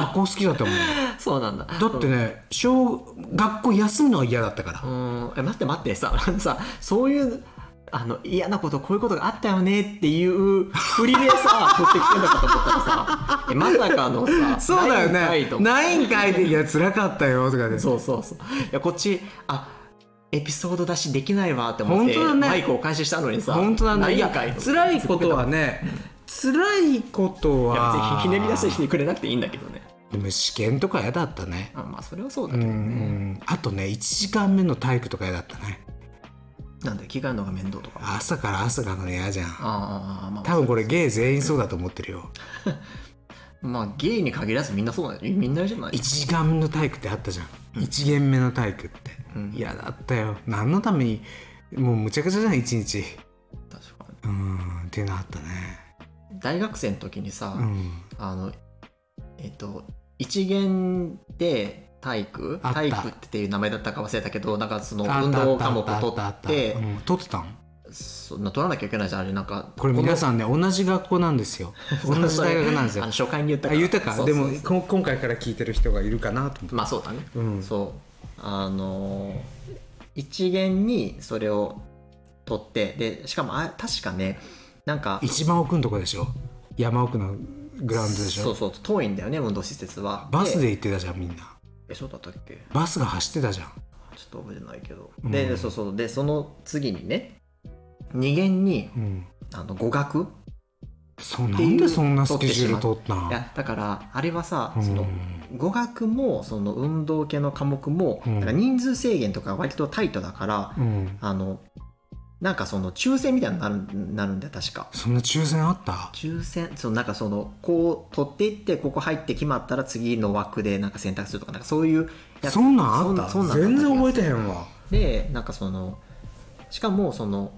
[SPEAKER 1] 学校好きだったもん
[SPEAKER 2] そうなんだ
[SPEAKER 1] だってね小学校休むのが嫌だったから
[SPEAKER 2] う、んえ待って待ってさあのさそういうあの嫌なことこういうことがあったよねっていう振りでさ
[SPEAKER 1] [LAUGHS]
[SPEAKER 2] 振ってきてんのかと思ったらさえまさかのさ
[SPEAKER 1] そうだよ
[SPEAKER 2] ないん
[SPEAKER 1] ね
[SPEAKER 2] かいと思って
[SPEAKER 1] ないんかいでいや辛かったよとかで
[SPEAKER 2] そうそうそういやこっちあエピソード出しできないわって思って
[SPEAKER 1] 本当だね
[SPEAKER 2] マイクを開始したのにさ
[SPEAKER 1] 本当なんだ
[SPEAKER 2] ないい
[SPEAKER 1] や
[SPEAKER 2] んかい
[SPEAKER 1] 辛いことは
[SPEAKER 2] ね
[SPEAKER 1] ね辛いこと
[SPEAKER 2] 別に
[SPEAKER 1] は
[SPEAKER 2] ひねり出してくれなくていいんだけどね
[SPEAKER 1] でも試験とか嫌だったね
[SPEAKER 2] あまあそれはそうだ
[SPEAKER 1] う
[SPEAKER 2] け
[SPEAKER 1] ん、
[SPEAKER 2] ど
[SPEAKER 1] う
[SPEAKER 2] ね
[SPEAKER 1] ん、あとね1時間目の体育とか嫌だったね
[SPEAKER 2] なんで着替えるのが面倒とか
[SPEAKER 1] 朝から朝がの嫌じゃん
[SPEAKER 2] ああまあ
[SPEAKER 1] 多分これゲイ全員そうだと思ってるよ
[SPEAKER 2] まあゲイに限らずみんなそうだよねみんなじゃない
[SPEAKER 1] 1時間目の体育ってあったじゃん1限目の体育って
[SPEAKER 2] うん
[SPEAKER 1] 嫌だったよ何のためにもうむちゃくちゃじゃん1日
[SPEAKER 2] 確か
[SPEAKER 1] うんっていうのあったね
[SPEAKER 2] に大学生の時にさ、
[SPEAKER 1] うん
[SPEAKER 2] あのえっと一元で体育
[SPEAKER 1] あった
[SPEAKER 2] 体育っていう名前だったか忘れたけどなんかその
[SPEAKER 1] あっ
[SPEAKER 2] 運
[SPEAKER 1] たあ
[SPEAKER 2] 動
[SPEAKER 1] った
[SPEAKER 2] 科目
[SPEAKER 1] あ
[SPEAKER 2] 取
[SPEAKER 1] たあ
[SPEAKER 2] ったて
[SPEAKER 1] うん取ってたん
[SPEAKER 2] そんな取らなきゃいけないじゃんあれなんか
[SPEAKER 1] これ皆
[SPEAKER 2] ん
[SPEAKER 1] さんね同じ学校なんですよ同じ大学なんですよ
[SPEAKER 2] あの初回に言った
[SPEAKER 1] あ
[SPEAKER 2] から
[SPEAKER 1] 言ったか
[SPEAKER 2] そう
[SPEAKER 1] で
[SPEAKER 2] そうそう
[SPEAKER 1] もこ今回から聞いてる人がいるかなと思って
[SPEAKER 2] まあそうだね、
[SPEAKER 1] うん
[SPEAKER 2] そうあのー一元にそれを取ってでしかもあ確かねなんか
[SPEAKER 1] 一番奥のとこでしょ山奥のグラウンドでしょ
[SPEAKER 2] そうそう遠いんだよね運動施設は
[SPEAKER 1] バスで行ってたじゃんみんな
[SPEAKER 2] えそうだったっけ
[SPEAKER 1] バスが走ってたじゃん
[SPEAKER 2] ちょっと覚えてないけど、
[SPEAKER 1] うん
[SPEAKER 2] でそうそうでその次にね2限に
[SPEAKER 1] うん
[SPEAKER 2] あの語学、
[SPEAKER 1] そう
[SPEAKER 2] っ
[SPEAKER 1] な
[SPEAKER 2] ていうん
[SPEAKER 1] でそんなスケジュール取った
[SPEAKER 2] い
[SPEAKER 1] ん
[SPEAKER 2] やだからあれはさ、
[SPEAKER 1] うん
[SPEAKER 2] その語学もその運動系の科目も、
[SPEAKER 1] うん
[SPEAKER 2] なんか人数制限とか割とタイトだから、
[SPEAKER 1] うん
[SPEAKER 2] あのなんかその抽選みたいになるなるんだよ確か
[SPEAKER 1] そんな抽選あった
[SPEAKER 2] 抽選そのなんかそのこう取っていってここ入って決まったら次の枠でなんか選択するとかなんかそういうやつ
[SPEAKER 1] そんなんあった
[SPEAKER 2] そんそんなん
[SPEAKER 1] 全然覚え
[SPEAKER 2] て
[SPEAKER 1] てへんわ
[SPEAKER 2] でなんかそのしかもその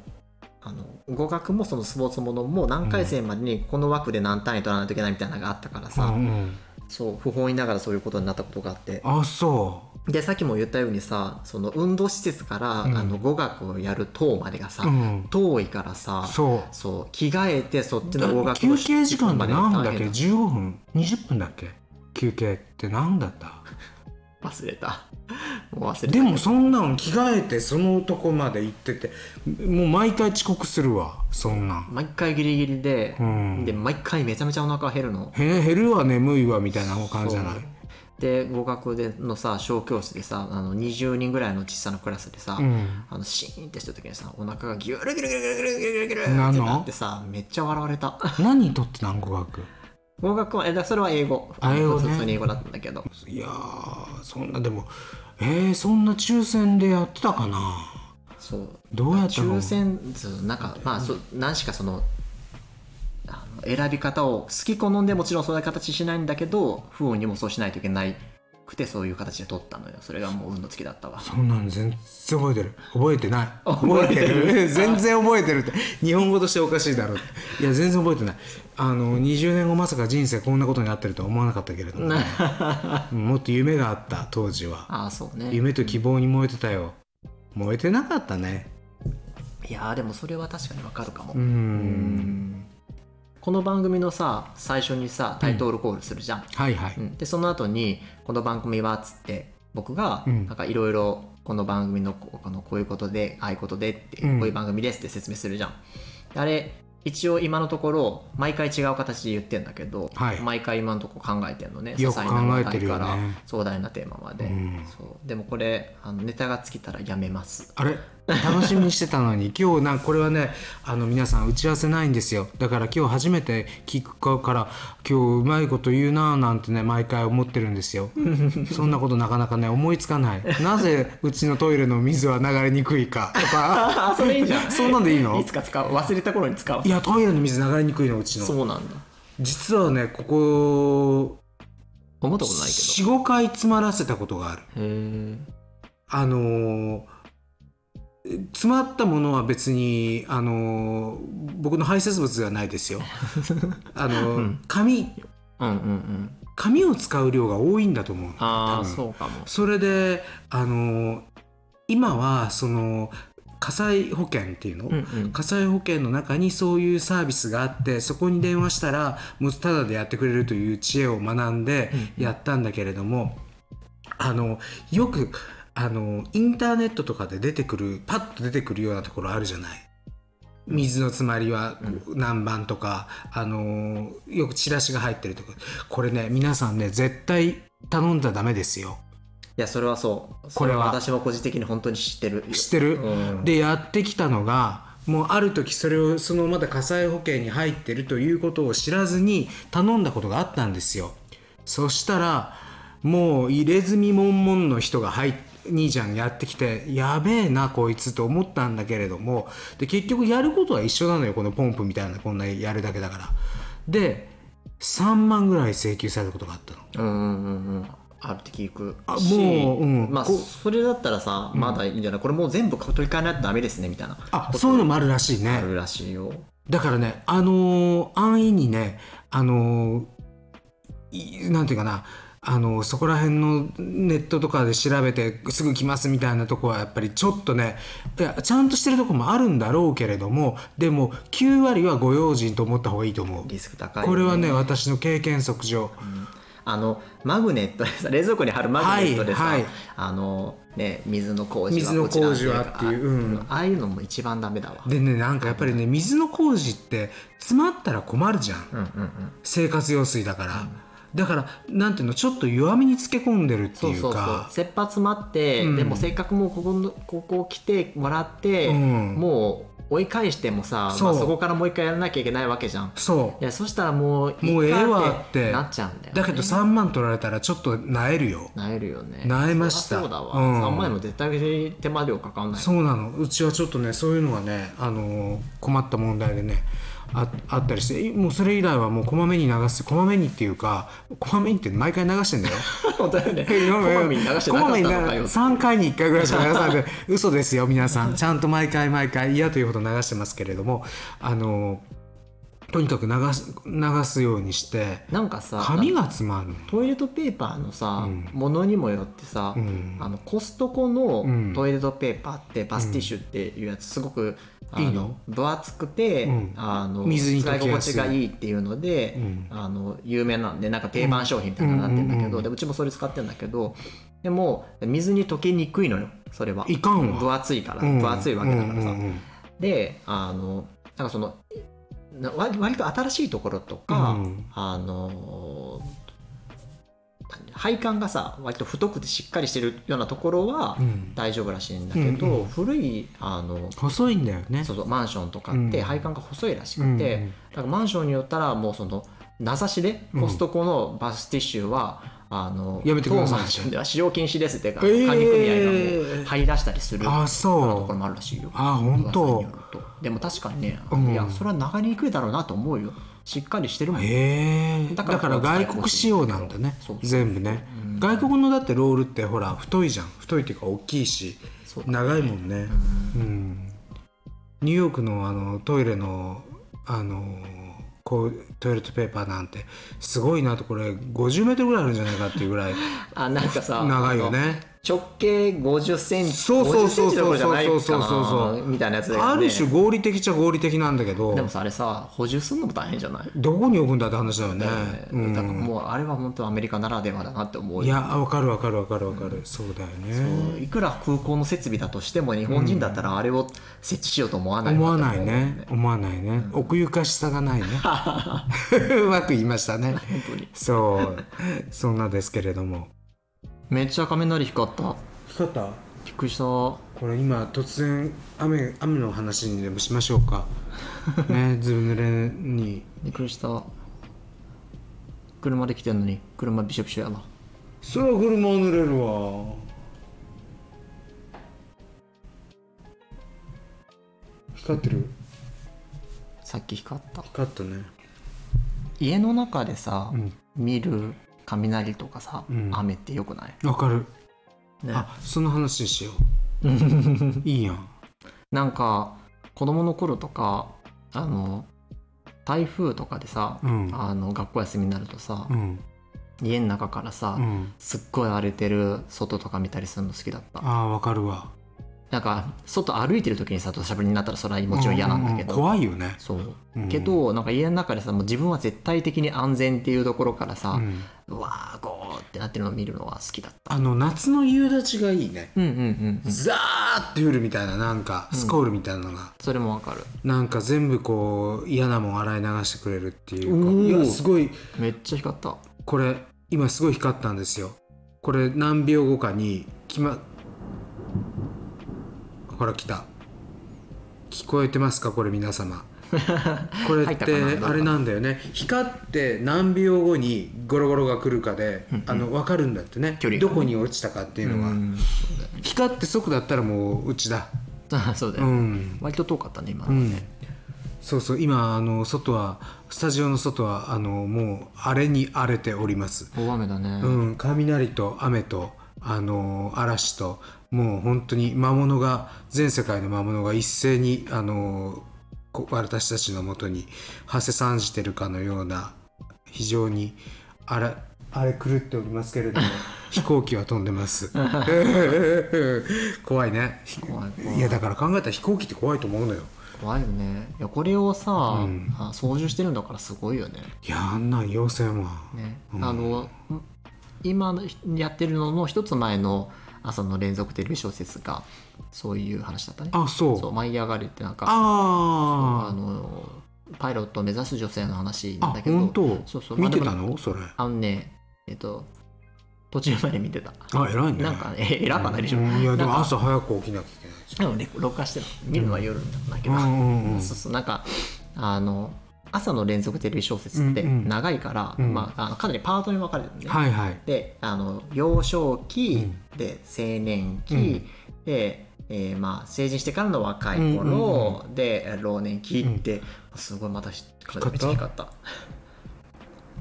[SPEAKER 2] あの語学もそのスポーツものも何回戦までにこの枠で何単位取らないといけないみたいなのがあったからさ、
[SPEAKER 1] うんうん
[SPEAKER 2] そう不本意ながらそういうことになったことがあって
[SPEAKER 1] あそ
[SPEAKER 2] でさっきも言ったようにさその運動施設から、
[SPEAKER 1] うん
[SPEAKER 2] あの語学をやる塔までがさ、
[SPEAKER 1] ううん
[SPEAKER 2] 遠いからさ
[SPEAKER 1] そう
[SPEAKER 2] そう着替えてそっちの語
[SPEAKER 1] だ
[SPEAKER 2] 学
[SPEAKER 1] 休憩時間って何分だっけ
[SPEAKER 2] 大変
[SPEAKER 1] 15分20分だっけ休憩って何だった
[SPEAKER 2] だ忘れたもう忘れた
[SPEAKER 1] でもそんなん着替えてそのとこまで行っててもう毎回遅刻するわそんなん
[SPEAKER 2] 毎回ギリギリで、
[SPEAKER 1] うん
[SPEAKER 2] で毎回めちゃめちゃお腹減るの
[SPEAKER 1] へ減るわ眠いわみたいな感じじゃない
[SPEAKER 2] そうで語学でのさ小教室でさあの20人ぐらいの小さなクラスでさ、
[SPEAKER 1] うん [LAUGHS]
[SPEAKER 2] あのシーンってした時にさお腹がギュルギュルギュルギュルギュルギュルギュル
[SPEAKER 1] なの
[SPEAKER 2] ってなってさめっちゃ笑われた
[SPEAKER 1] 何とって何語学
[SPEAKER 2] 語学はえだそれは英語
[SPEAKER 1] あ英語ね
[SPEAKER 2] 普通に英語だったんだけど
[SPEAKER 1] いやーそんなでもえー、そんな抽選でやってたかな
[SPEAKER 2] そう
[SPEAKER 1] どうやったの
[SPEAKER 2] 抽選そうなんかまあそ何しかそのあの選び方を好き好んでもちろんそういう形しないんだけど不運にもそうしないといけないくてそういう形で取ったのよそれがもう運の尽きだったわ
[SPEAKER 1] そんなん全然覚えてる [LAUGHS] 覚えてない
[SPEAKER 2] 覚えて
[SPEAKER 1] [LAUGHS]
[SPEAKER 2] る
[SPEAKER 1] 全然覚えてるって日本語としておかしいだろうっていや全然覚えてないあの20年後まさか人生こんなことになってるとは思わなかったけれ
[SPEAKER 2] [LAUGHS]
[SPEAKER 1] ども、ね、もっと夢があった当時は
[SPEAKER 2] ああそうね
[SPEAKER 1] 夢と希望に燃えてたよ燃えてなかったね
[SPEAKER 2] いやーでもそれは確かにわかるかも、
[SPEAKER 1] うーん
[SPEAKER 2] この番組のさ最初にさタイトルコールするじゃん、
[SPEAKER 1] はいはい、
[SPEAKER 2] うんでその後に「この番組は」っつって僕が
[SPEAKER 1] うん
[SPEAKER 2] なんかいろいろこの番組のここのこういうことでああいうことでって
[SPEAKER 1] うん
[SPEAKER 2] こういう番組ですって説明するじゃん、であれ一応今のところ毎回違う形で言ってんだけど、
[SPEAKER 1] はい
[SPEAKER 2] 毎回今のところ考えてんのね
[SPEAKER 1] よく
[SPEAKER 2] 些細な話
[SPEAKER 1] 考えて
[SPEAKER 2] 題
[SPEAKER 1] るよ
[SPEAKER 2] か
[SPEAKER 1] ね
[SPEAKER 2] ら壮大なテーマまで、
[SPEAKER 1] うん
[SPEAKER 2] そうでもこれあのネタが尽きたらやめます
[SPEAKER 1] あれ楽しみにしてたのに [LAUGHS] 今日なこれはねあの皆さん打ち合わせないんですよだから今日初めて聞くから今日うまいこと言うなぁなんてね毎回思ってるんですよ [LAUGHS] そんなことなかなかね思いつかないなぜうちのトイレの水は流れにくいかとか
[SPEAKER 2] あそれいいじ [LAUGHS] ゃ
[SPEAKER 1] [LAUGHS]
[SPEAKER 2] ん
[SPEAKER 1] そんなんでいいの
[SPEAKER 2] いつか使う忘れた頃に使う
[SPEAKER 1] いやトイレの水流れにくいのうちの
[SPEAKER 2] そうなんだ
[SPEAKER 1] 実はねここ
[SPEAKER 2] 思ったことないけ
[SPEAKER 1] 45回詰まらせたことがある
[SPEAKER 2] どへえ
[SPEAKER 1] あのー詰まったものは別に、あのー僕の排泄物ではない
[SPEAKER 2] [LAUGHS]
[SPEAKER 1] ですよ。あのー
[SPEAKER 2] うん
[SPEAKER 1] 紙
[SPEAKER 2] うんうんうん
[SPEAKER 1] 紙を使う量が多いんだと思うの
[SPEAKER 2] あ
[SPEAKER 1] 多
[SPEAKER 2] あ
[SPEAKER 1] 分
[SPEAKER 2] そうかも
[SPEAKER 1] それで、あのー今はその火災保険っていうの、
[SPEAKER 2] うんうん
[SPEAKER 1] 火災保険の中にそういうサービスがあってそこに電話したらもうタダでやってくれるという知恵を学んで
[SPEAKER 2] うん
[SPEAKER 1] やったんだけれども、あのよくあのインターネットとかで出てくるパッと出てくるようなところあるじゃない。水の詰まりは何番とか、あのよくチラシが入ってるとかこれね皆さんね絶対頼んじゃダメですよ
[SPEAKER 2] いやそれはそう
[SPEAKER 1] これは
[SPEAKER 2] そ私も個人的に本当に知ってる
[SPEAKER 1] 知ってる、
[SPEAKER 2] うん
[SPEAKER 1] でやってきたのがもうある時それをそのまだ火災保険に入ってるということを知らずに頼んだことがあったんですよそしたらもう入れ墨悶々の人が入っ兄ちゃんやってきてやべえなこいつと思ったんだけれどもで結局やることは一緒なのよこのポンプみたいなこんなやるだけだからで3万ぐらい請求されたことがあったの
[SPEAKER 2] うんうんうんうんあるって聞く
[SPEAKER 1] あもう
[SPEAKER 2] し
[SPEAKER 1] うん
[SPEAKER 2] まあ
[SPEAKER 1] こ
[SPEAKER 2] それだったらさまだいいんじゃないこれもう全部取り替えないとダメですねみたいな
[SPEAKER 1] あそういうのもあるらしいね
[SPEAKER 2] あるらしいよ
[SPEAKER 1] だからね、あのー安易にね、あのーいなんていうかな、あのーそこら辺のネットとかで調べてすぐ来ますみたいなとこはやっぱりちょっとねいやちゃんとしてるとこもあるんだろうけれどもでも9割はご用心と思った方がいいと思う、
[SPEAKER 2] リスク高いよ
[SPEAKER 1] これはね私の経験則上
[SPEAKER 2] あのマグネットでさ冷 [LAUGHS] 蔵庫に貼るマグネットでさ、
[SPEAKER 1] はいはい
[SPEAKER 2] あのね水の工事は
[SPEAKER 1] 水の工事はっていううん
[SPEAKER 2] あああいうのも一番ダメだわ
[SPEAKER 1] でねなんかやっぱりね水の工事って詰まったら困るじゃん
[SPEAKER 2] うんうんうん
[SPEAKER 1] 生活用水だから、だからなんていうのちょっと弱みにつけ込んでるって
[SPEAKER 2] そう
[SPEAKER 1] いう
[SPEAKER 2] そうそう
[SPEAKER 1] か
[SPEAKER 2] 切羽詰まって、
[SPEAKER 1] うん
[SPEAKER 2] でもせっかくもうここのここ来てもらって、
[SPEAKER 1] うん
[SPEAKER 2] もう追い返してもさそ,、
[SPEAKER 1] そう
[SPEAKER 2] まあ、そこからもう一回やらなきゃいけないわけじゃん
[SPEAKER 1] そう
[SPEAKER 2] いやそしたらもういいか
[SPEAKER 1] もうええわ
[SPEAKER 2] っ
[SPEAKER 1] ってて
[SPEAKER 2] なっちゃうんだよ、ね、
[SPEAKER 1] だけど3万取られたらちょっとなえるよ
[SPEAKER 2] なえるよね
[SPEAKER 1] なえました
[SPEAKER 2] そりゃそうだわ、
[SPEAKER 1] うん
[SPEAKER 2] 3万円も絶対手間料かかんない
[SPEAKER 1] そうなのうちはちょっとねそういうのがね、あのー困った問題でねああったりしていもうそれ以来はもうこまめに流すこまめにっていうかこまめにって毎回流してんだよ
[SPEAKER 2] 本当だよねこまめに流してなかったのかよ
[SPEAKER 1] 3回に1回ぐらいしか流
[SPEAKER 2] [LAUGHS]
[SPEAKER 1] さない嘘ですよ皆さんちゃんと毎回毎回嫌というほど流してますけれどもあのーとにかく流す流すようにして
[SPEAKER 2] なんかさ
[SPEAKER 1] 紙が詰まるの
[SPEAKER 2] トイレットペーパーのさ、
[SPEAKER 1] うん
[SPEAKER 2] ものにもよってさ、
[SPEAKER 1] うん
[SPEAKER 2] あのコストコ
[SPEAKER 1] う
[SPEAKER 2] の
[SPEAKER 1] ん
[SPEAKER 2] トイレットペーパーって、バスティッシュっていうやつすごく、あ
[SPEAKER 1] いいの
[SPEAKER 2] 分厚くて、
[SPEAKER 1] うん
[SPEAKER 2] あの
[SPEAKER 1] 水に溶けや
[SPEAKER 2] 使
[SPEAKER 1] す
[SPEAKER 2] い
[SPEAKER 1] い
[SPEAKER 2] 心地がいいっていうので、
[SPEAKER 1] うん
[SPEAKER 2] あの有名なんでなんか定番商品みたいになってんだけど、
[SPEAKER 1] うんうんうん
[SPEAKER 2] でうちもそれ使ってんだけどでも水に溶けにくいのよそれはい
[SPEAKER 1] かんわ
[SPEAKER 2] 分厚いから、
[SPEAKER 1] うん
[SPEAKER 2] 分厚いわけだからさ、
[SPEAKER 1] うんうん
[SPEAKER 2] であのなんかそのな割割と新しいところと
[SPEAKER 1] う
[SPEAKER 2] か、
[SPEAKER 1] ん
[SPEAKER 2] あの配管がさ割と太くてしっかりしてるようなところは
[SPEAKER 1] うん
[SPEAKER 2] 大丈夫らしいんだけど、
[SPEAKER 1] うんうん
[SPEAKER 2] 古いあの
[SPEAKER 1] 細いんだよね
[SPEAKER 2] そうそうマンションとかって
[SPEAKER 1] うん
[SPEAKER 2] 配管が細いらし
[SPEAKER 1] う
[SPEAKER 2] く
[SPEAKER 1] んう
[SPEAKER 2] て、
[SPEAKER 1] ん
[SPEAKER 2] だからマンションによったらもうその名指しでコストコのバスティッシュは、あの
[SPEAKER 1] やめてください
[SPEAKER 2] 当マンションでは使用禁止ですってか、
[SPEAKER 1] えー
[SPEAKER 2] 管理組合がもう張り出したりするような
[SPEAKER 1] あそう
[SPEAKER 2] ところもあるらしいよ。
[SPEAKER 1] あ本当
[SPEAKER 2] 噂によるとでも確かにね、
[SPEAKER 1] うん
[SPEAKER 2] いやそれは流れにくいだろうなと思うよしっかりしてるもん、
[SPEAKER 1] へえだ
[SPEAKER 2] だから
[SPEAKER 1] から外国仕様なんだね
[SPEAKER 2] そうそう
[SPEAKER 1] 全部ね、
[SPEAKER 2] うん
[SPEAKER 1] 外国のだってロールってほら太いじゃん太いっていうか大きいし
[SPEAKER 2] そうだ
[SPEAKER 1] 長いもんねうん、ニューヨークのあのトイレのあのこうトイレットペーパーなんてすごいなとこれ50メートルぐらいあるんじゃないかっていうぐ
[SPEAKER 2] [LAUGHS]
[SPEAKER 1] らい
[SPEAKER 2] あなんかさ
[SPEAKER 1] 長いよ
[SPEAKER 2] あの
[SPEAKER 1] ね
[SPEAKER 2] 直径50センチ
[SPEAKER 1] そうそうそう
[SPEAKER 2] 50センチどころじゃないかな
[SPEAKER 1] そうそうそうそうそう
[SPEAKER 2] みたいなやつだよね
[SPEAKER 1] ある種合理的っちゃ合理的なんだけど
[SPEAKER 2] でもさあれさ補充するのも大変じゃない
[SPEAKER 1] どこに置くんだって話だよね
[SPEAKER 2] だよね
[SPEAKER 1] うん
[SPEAKER 2] だからもうあれは本当アメリカならではだなって思うよ
[SPEAKER 1] いやわかるわかるわかるわかる、そうだよね
[SPEAKER 2] いくら空港の設備だとしても日本人だったらあれを設置しようと思わない
[SPEAKER 1] 思
[SPEAKER 2] わ
[SPEAKER 1] わ
[SPEAKER 2] と
[SPEAKER 1] ないね思わないね、奥ゆかしさがないね [LAUGHS] うまく言いましたね
[SPEAKER 2] 本当に
[SPEAKER 1] そうそんなですけれども
[SPEAKER 2] めっちゃ雷光った
[SPEAKER 1] 光った
[SPEAKER 2] びっくりした
[SPEAKER 1] これ今突然雨雨の話にでもしましょう [LAUGHS] かねずぶ濡れに
[SPEAKER 2] びっくりした車で来てんのに車びしょびしょやな
[SPEAKER 1] そら車は濡れるわ光ってる
[SPEAKER 2] さっき光った
[SPEAKER 1] 光ったね
[SPEAKER 2] 家の中でさ、
[SPEAKER 1] うん
[SPEAKER 2] 見る雷とかさ、
[SPEAKER 1] うん
[SPEAKER 2] 雨ってよくない、
[SPEAKER 1] わかる、
[SPEAKER 2] ね
[SPEAKER 1] あその話にしよう [LAUGHS] いいやん
[SPEAKER 2] [LAUGHS] なんか子供の頃とかあの台風とかでさ、
[SPEAKER 1] うん
[SPEAKER 2] あの学校休みになるとさ
[SPEAKER 1] う、ん
[SPEAKER 2] 家の中からさ、
[SPEAKER 1] うん
[SPEAKER 2] すっごい荒れてる外とか見たりするの好きだった
[SPEAKER 1] ああわかるわ
[SPEAKER 2] なんか外歩いてる時にさ土砂降りになったらそれはもちろん嫌なんだけど、
[SPEAKER 1] うう怖いよね
[SPEAKER 2] そう
[SPEAKER 1] うん
[SPEAKER 2] けどなんか家の中でさもう自分は絶対的に安全っていうところから
[SPEAKER 1] う
[SPEAKER 2] さ、
[SPEAKER 1] ん
[SPEAKER 2] うわーゴーってなってるのを見るのは好きだった
[SPEAKER 1] あの夏の夕立がいいね
[SPEAKER 2] うんうんうん、うん、
[SPEAKER 1] ザーって降るみたいななんかスコールみたいなのが、
[SPEAKER 2] それもわかる
[SPEAKER 1] なんか全部こう嫌なもん洗い流してくれるってい
[SPEAKER 2] おー
[SPEAKER 1] うかいやすごい
[SPEAKER 2] めっちゃ光った
[SPEAKER 1] これ今すごい光ったんですよこれ何秒後かにきまほら来た聞こえてますかこれ皆
[SPEAKER 2] [LAUGHS]
[SPEAKER 1] 様これ
[SPEAKER 2] 入っ
[SPEAKER 1] った
[SPEAKER 2] か
[SPEAKER 1] て
[SPEAKER 2] などうかな
[SPEAKER 1] あれなんだよね光って何秒後にゴロゴロが来るかで、あの分かるんだってね
[SPEAKER 2] 距離が
[SPEAKER 1] ど
[SPEAKER 2] ね
[SPEAKER 1] こに落ちたかっていううのが、
[SPEAKER 2] ん [LAUGHS]
[SPEAKER 1] 光って即だったらもううちだ
[SPEAKER 2] そうだ
[SPEAKER 1] う
[SPEAKER 2] よ、
[SPEAKER 1] ん
[SPEAKER 2] 割と遠かったね今の
[SPEAKER 1] う
[SPEAKER 2] は
[SPEAKER 1] ん
[SPEAKER 2] ね、
[SPEAKER 1] そうそう今あの外はスタジオの外はあのもう荒れに荒れております
[SPEAKER 2] 大雨だね、
[SPEAKER 1] うん、雷と雨と、あのー嵐ともう本当に魔物が全世界の魔物が一斉に、あのーこ私たちのもとにはせ参じてるかのような非常にあらあれ狂っておりますけれど
[SPEAKER 2] [LAUGHS]
[SPEAKER 1] も飛行機は飛んでます怖いね
[SPEAKER 2] 怖い怖い
[SPEAKER 1] いやだから考えたら飛行機って怖いと思うのよ
[SPEAKER 2] 怖いよねいやこれをさ、
[SPEAKER 1] ん
[SPEAKER 2] あ操縦してるんだからすごいよね
[SPEAKER 1] いやあんなん要請も
[SPEAKER 2] ね、
[SPEAKER 1] うん
[SPEAKER 2] あのん今のやってるのの一つ前の朝の連続テレビ小説がそういう話だったね
[SPEAKER 1] あそう
[SPEAKER 2] そう舞い上がりってなんかあ
[SPEAKER 1] ああ
[SPEAKER 2] のパイロットを目指す女性の話なん
[SPEAKER 1] あ
[SPEAKER 2] だけど
[SPEAKER 1] 本当
[SPEAKER 2] そうそう
[SPEAKER 1] 見てた
[SPEAKER 2] まあでも
[SPEAKER 1] のそれ
[SPEAKER 2] あのねえっと途中まで見てた
[SPEAKER 1] あ偉いね
[SPEAKER 2] なんかね偉くないでしょ、
[SPEAKER 1] うんいやで
[SPEAKER 2] なん
[SPEAKER 1] も
[SPEAKER 2] か
[SPEAKER 1] 朝早く起きなきゃいけないし
[SPEAKER 2] でもね録画してる見るのは夜なんだけ
[SPEAKER 1] う
[SPEAKER 2] ど、
[SPEAKER 1] んうんうん
[SPEAKER 2] そうそうなんかあの朝の連続テレビ小説って
[SPEAKER 1] うんうん
[SPEAKER 2] 長いから、
[SPEAKER 1] うん
[SPEAKER 2] まあ、あのかなりパートに分かれてるんで、
[SPEAKER 1] はいはい
[SPEAKER 2] であの幼少期、
[SPEAKER 1] う
[SPEAKER 2] で青年期、
[SPEAKER 1] うん
[SPEAKER 2] で、えーまあ、成人してからの若い頃、
[SPEAKER 1] うんうん
[SPEAKER 2] で老年期って、すごいまたし
[SPEAKER 1] 光った
[SPEAKER 2] めっちゃ光った。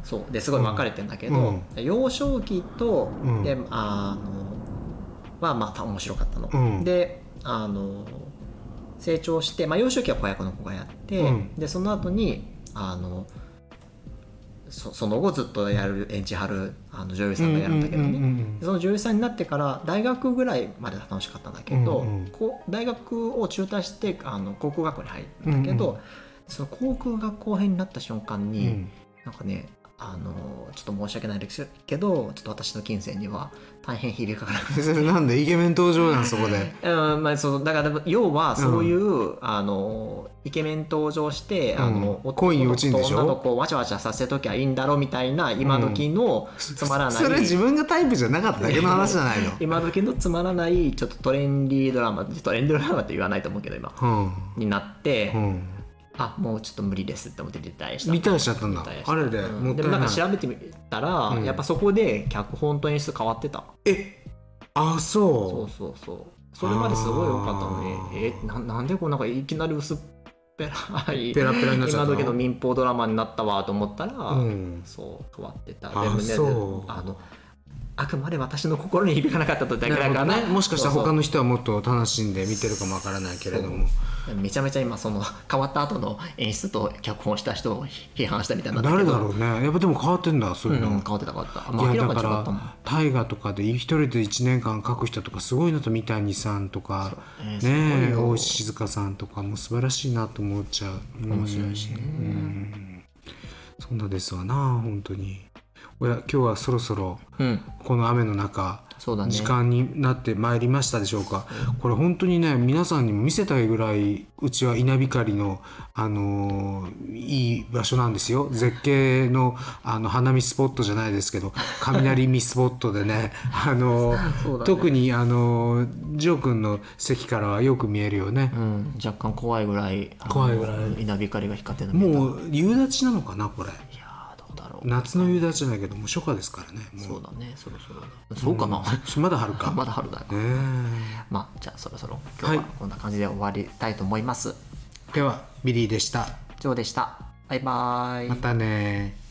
[SPEAKER 2] そうですごい分かれてんだけど、
[SPEAKER 1] うん
[SPEAKER 2] 幼少期と、
[SPEAKER 1] うん
[SPEAKER 2] であのはまあ面白かったの。
[SPEAKER 1] うん
[SPEAKER 2] であの成長して、まあ、幼少期は子役の子がやって、
[SPEAKER 1] うん
[SPEAKER 2] でその後にあのそその後ずっとやる演じはるあの女優さんがやるんだけどね、
[SPEAKER 1] うんうんうん
[SPEAKER 2] その女優さんになってから大学ぐらいまでは楽しかったんだけど、
[SPEAKER 1] うんうん
[SPEAKER 2] こう大学を中退してあの航空学校に入ったんだけど、
[SPEAKER 1] うん
[SPEAKER 2] その航空学校編になった瞬間
[SPEAKER 1] う
[SPEAKER 2] に、
[SPEAKER 1] ん
[SPEAKER 2] なんかねあのちょっと申し訳ないですけどちょっと私の金銭には大変響かなくて
[SPEAKER 1] それなんでイケメン登場なんそこで
[SPEAKER 2] うんまあ、そうだから要はそういう、あのイケメン登場して、あの
[SPEAKER 1] うん恋に落ちんでしょ
[SPEAKER 2] 男の子をわちゃわちゃさせときゃいいんだろみたいな今時のつまらない、
[SPEAKER 1] それ自分がタイプじゃなかっただけの話じゃないの
[SPEAKER 2] [LAUGHS] 今時のつまらないちょっとトレンディードラマトレンディードラマって言わないと思うけど今
[SPEAKER 1] う
[SPEAKER 2] になって、
[SPEAKER 1] んうん
[SPEAKER 2] あもうちょっと無理ですって思ってリタイアした
[SPEAKER 1] リタイアしちゃったんだ
[SPEAKER 2] リタイアした
[SPEAKER 1] あれで
[SPEAKER 2] うん
[SPEAKER 1] もった
[SPEAKER 2] で
[SPEAKER 1] い
[SPEAKER 2] も
[SPEAKER 1] な
[SPEAKER 2] ないんか調べてみたら、
[SPEAKER 1] うん
[SPEAKER 2] やっぱそこで脚本と演出変わってた
[SPEAKER 1] えあそ
[SPEAKER 2] そ
[SPEAKER 1] う
[SPEAKER 2] そうそうそれまですごい良かったのに
[SPEAKER 1] あ
[SPEAKER 2] えななんでこうなんかいきなり薄っぺらいう
[SPEAKER 1] ペラペラになっちゃ
[SPEAKER 2] 今
[SPEAKER 1] った
[SPEAKER 2] 時の民放ドラマになったわと思ったら、
[SPEAKER 1] うん
[SPEAKER 2] そう変わってた
[SPEAKER 1] あ
[SPEAKER 2] でもね
[SPEAKER 1] そう
[SPEAKER 2] あのあくまで私の心に響かなかったとだけだから
[SPEAKER 1] なるほどね [LAUGHS] もしかしたら
[SPEAKER 2] そうそ
[SPEAKER 1] 他
[SPEAKER 2] う
[SPEAKER 1] の人はもっと楽しんで見てるかもわからないけれども
[SPEAKER 2] めちゃめちゃ今その変わった後の演出と脚本した人を批判したみたいなん
[SPEAKER 1] 誰
[SPEAKER 2] けど
[SPEAKER 1] だろうねやっぱでも変わってんだそう
[SPEAKER 2] う
[SPEAKER 1] い
[SPEAKER 2] ん
[SPEAKER 1] うの
[SPEAKER 2] 変わってた変わってた
[SPEAKER 1] い
[SPEAKER 2] まあ明
[SPEAKER 1] や
[SPEAKER 2] ら
[SPEAKER 1] だ
[SPEAKER 2] かに
[SPEAKER 1] か
[SPEAKER 2] 違ったもん
[SPEAKER 1] ら大河とかで一人で1年間書く人とかすごいなと三谷さんとか
[SPEAKER 2] そうね
[SPEAKER 1] ね
[SPEAKER 2] すごい
[SPEAKER 1] え
[SPEAKER 2] よ
[SPEAKER 1] 大石静香さんとかも素晴らしいなと思っちゃう
[SPEAKER 2] 面白いしね
[SPEAKER 1] うんそんなですわな本当におや今日はそろそろ
[SPEAKER 2] うん
[SPEAKER 1] この雨の中
[SPEAKER 2] そうだね
[SPEAKER 1] 時間になってまいりましたでしょうか、これ本当にね皆さんにも見せたいぐらいうちは稲光の、あのーいい場所なんですよ絶景のあの花見スポットじゃないですけど雷見スポットで
[SPEAKER 2] [LAUGHS]
[SPEAKER 1] ね、あのー
[SPEAKER 2] そうだね
[SPEAKER 1] 特に、あのージョー君の席からはよく見えるよね
[SPEAKER 2] う、ん若干怖いぐらいあの
[SPEAKER 1] 怖いぐらい
[SPEAKER 2] 稲光が光ってるの見えた
[SPEAKER 1] もう夕立なのかなこれ
[SPEAKER 2] いやーどうだろう
[SPEAKER 1] 夏の夕立じゃないけどもう初夏ですからねも
[SPEAKER 2] そう
[SPEAKER 1] う
[SPEAKER 2] だねそろそろねそうかな、
[SPEAKER 1] まだ春か
[SPEAKER 2] [LAUGHS] まだ春だよ
[SPEAKER 1] ねえ
[SPEAKER 2] まあじゃあそろそろ今日は
[SPEAKER 1] はい
[SPEAKER 2] こんな感じで終わりたいと思います、
[SPEAKER 1] ではビリーでした
[SPEAKER 2] 以上でしたバイバーイ
[SPEAKER 1] またね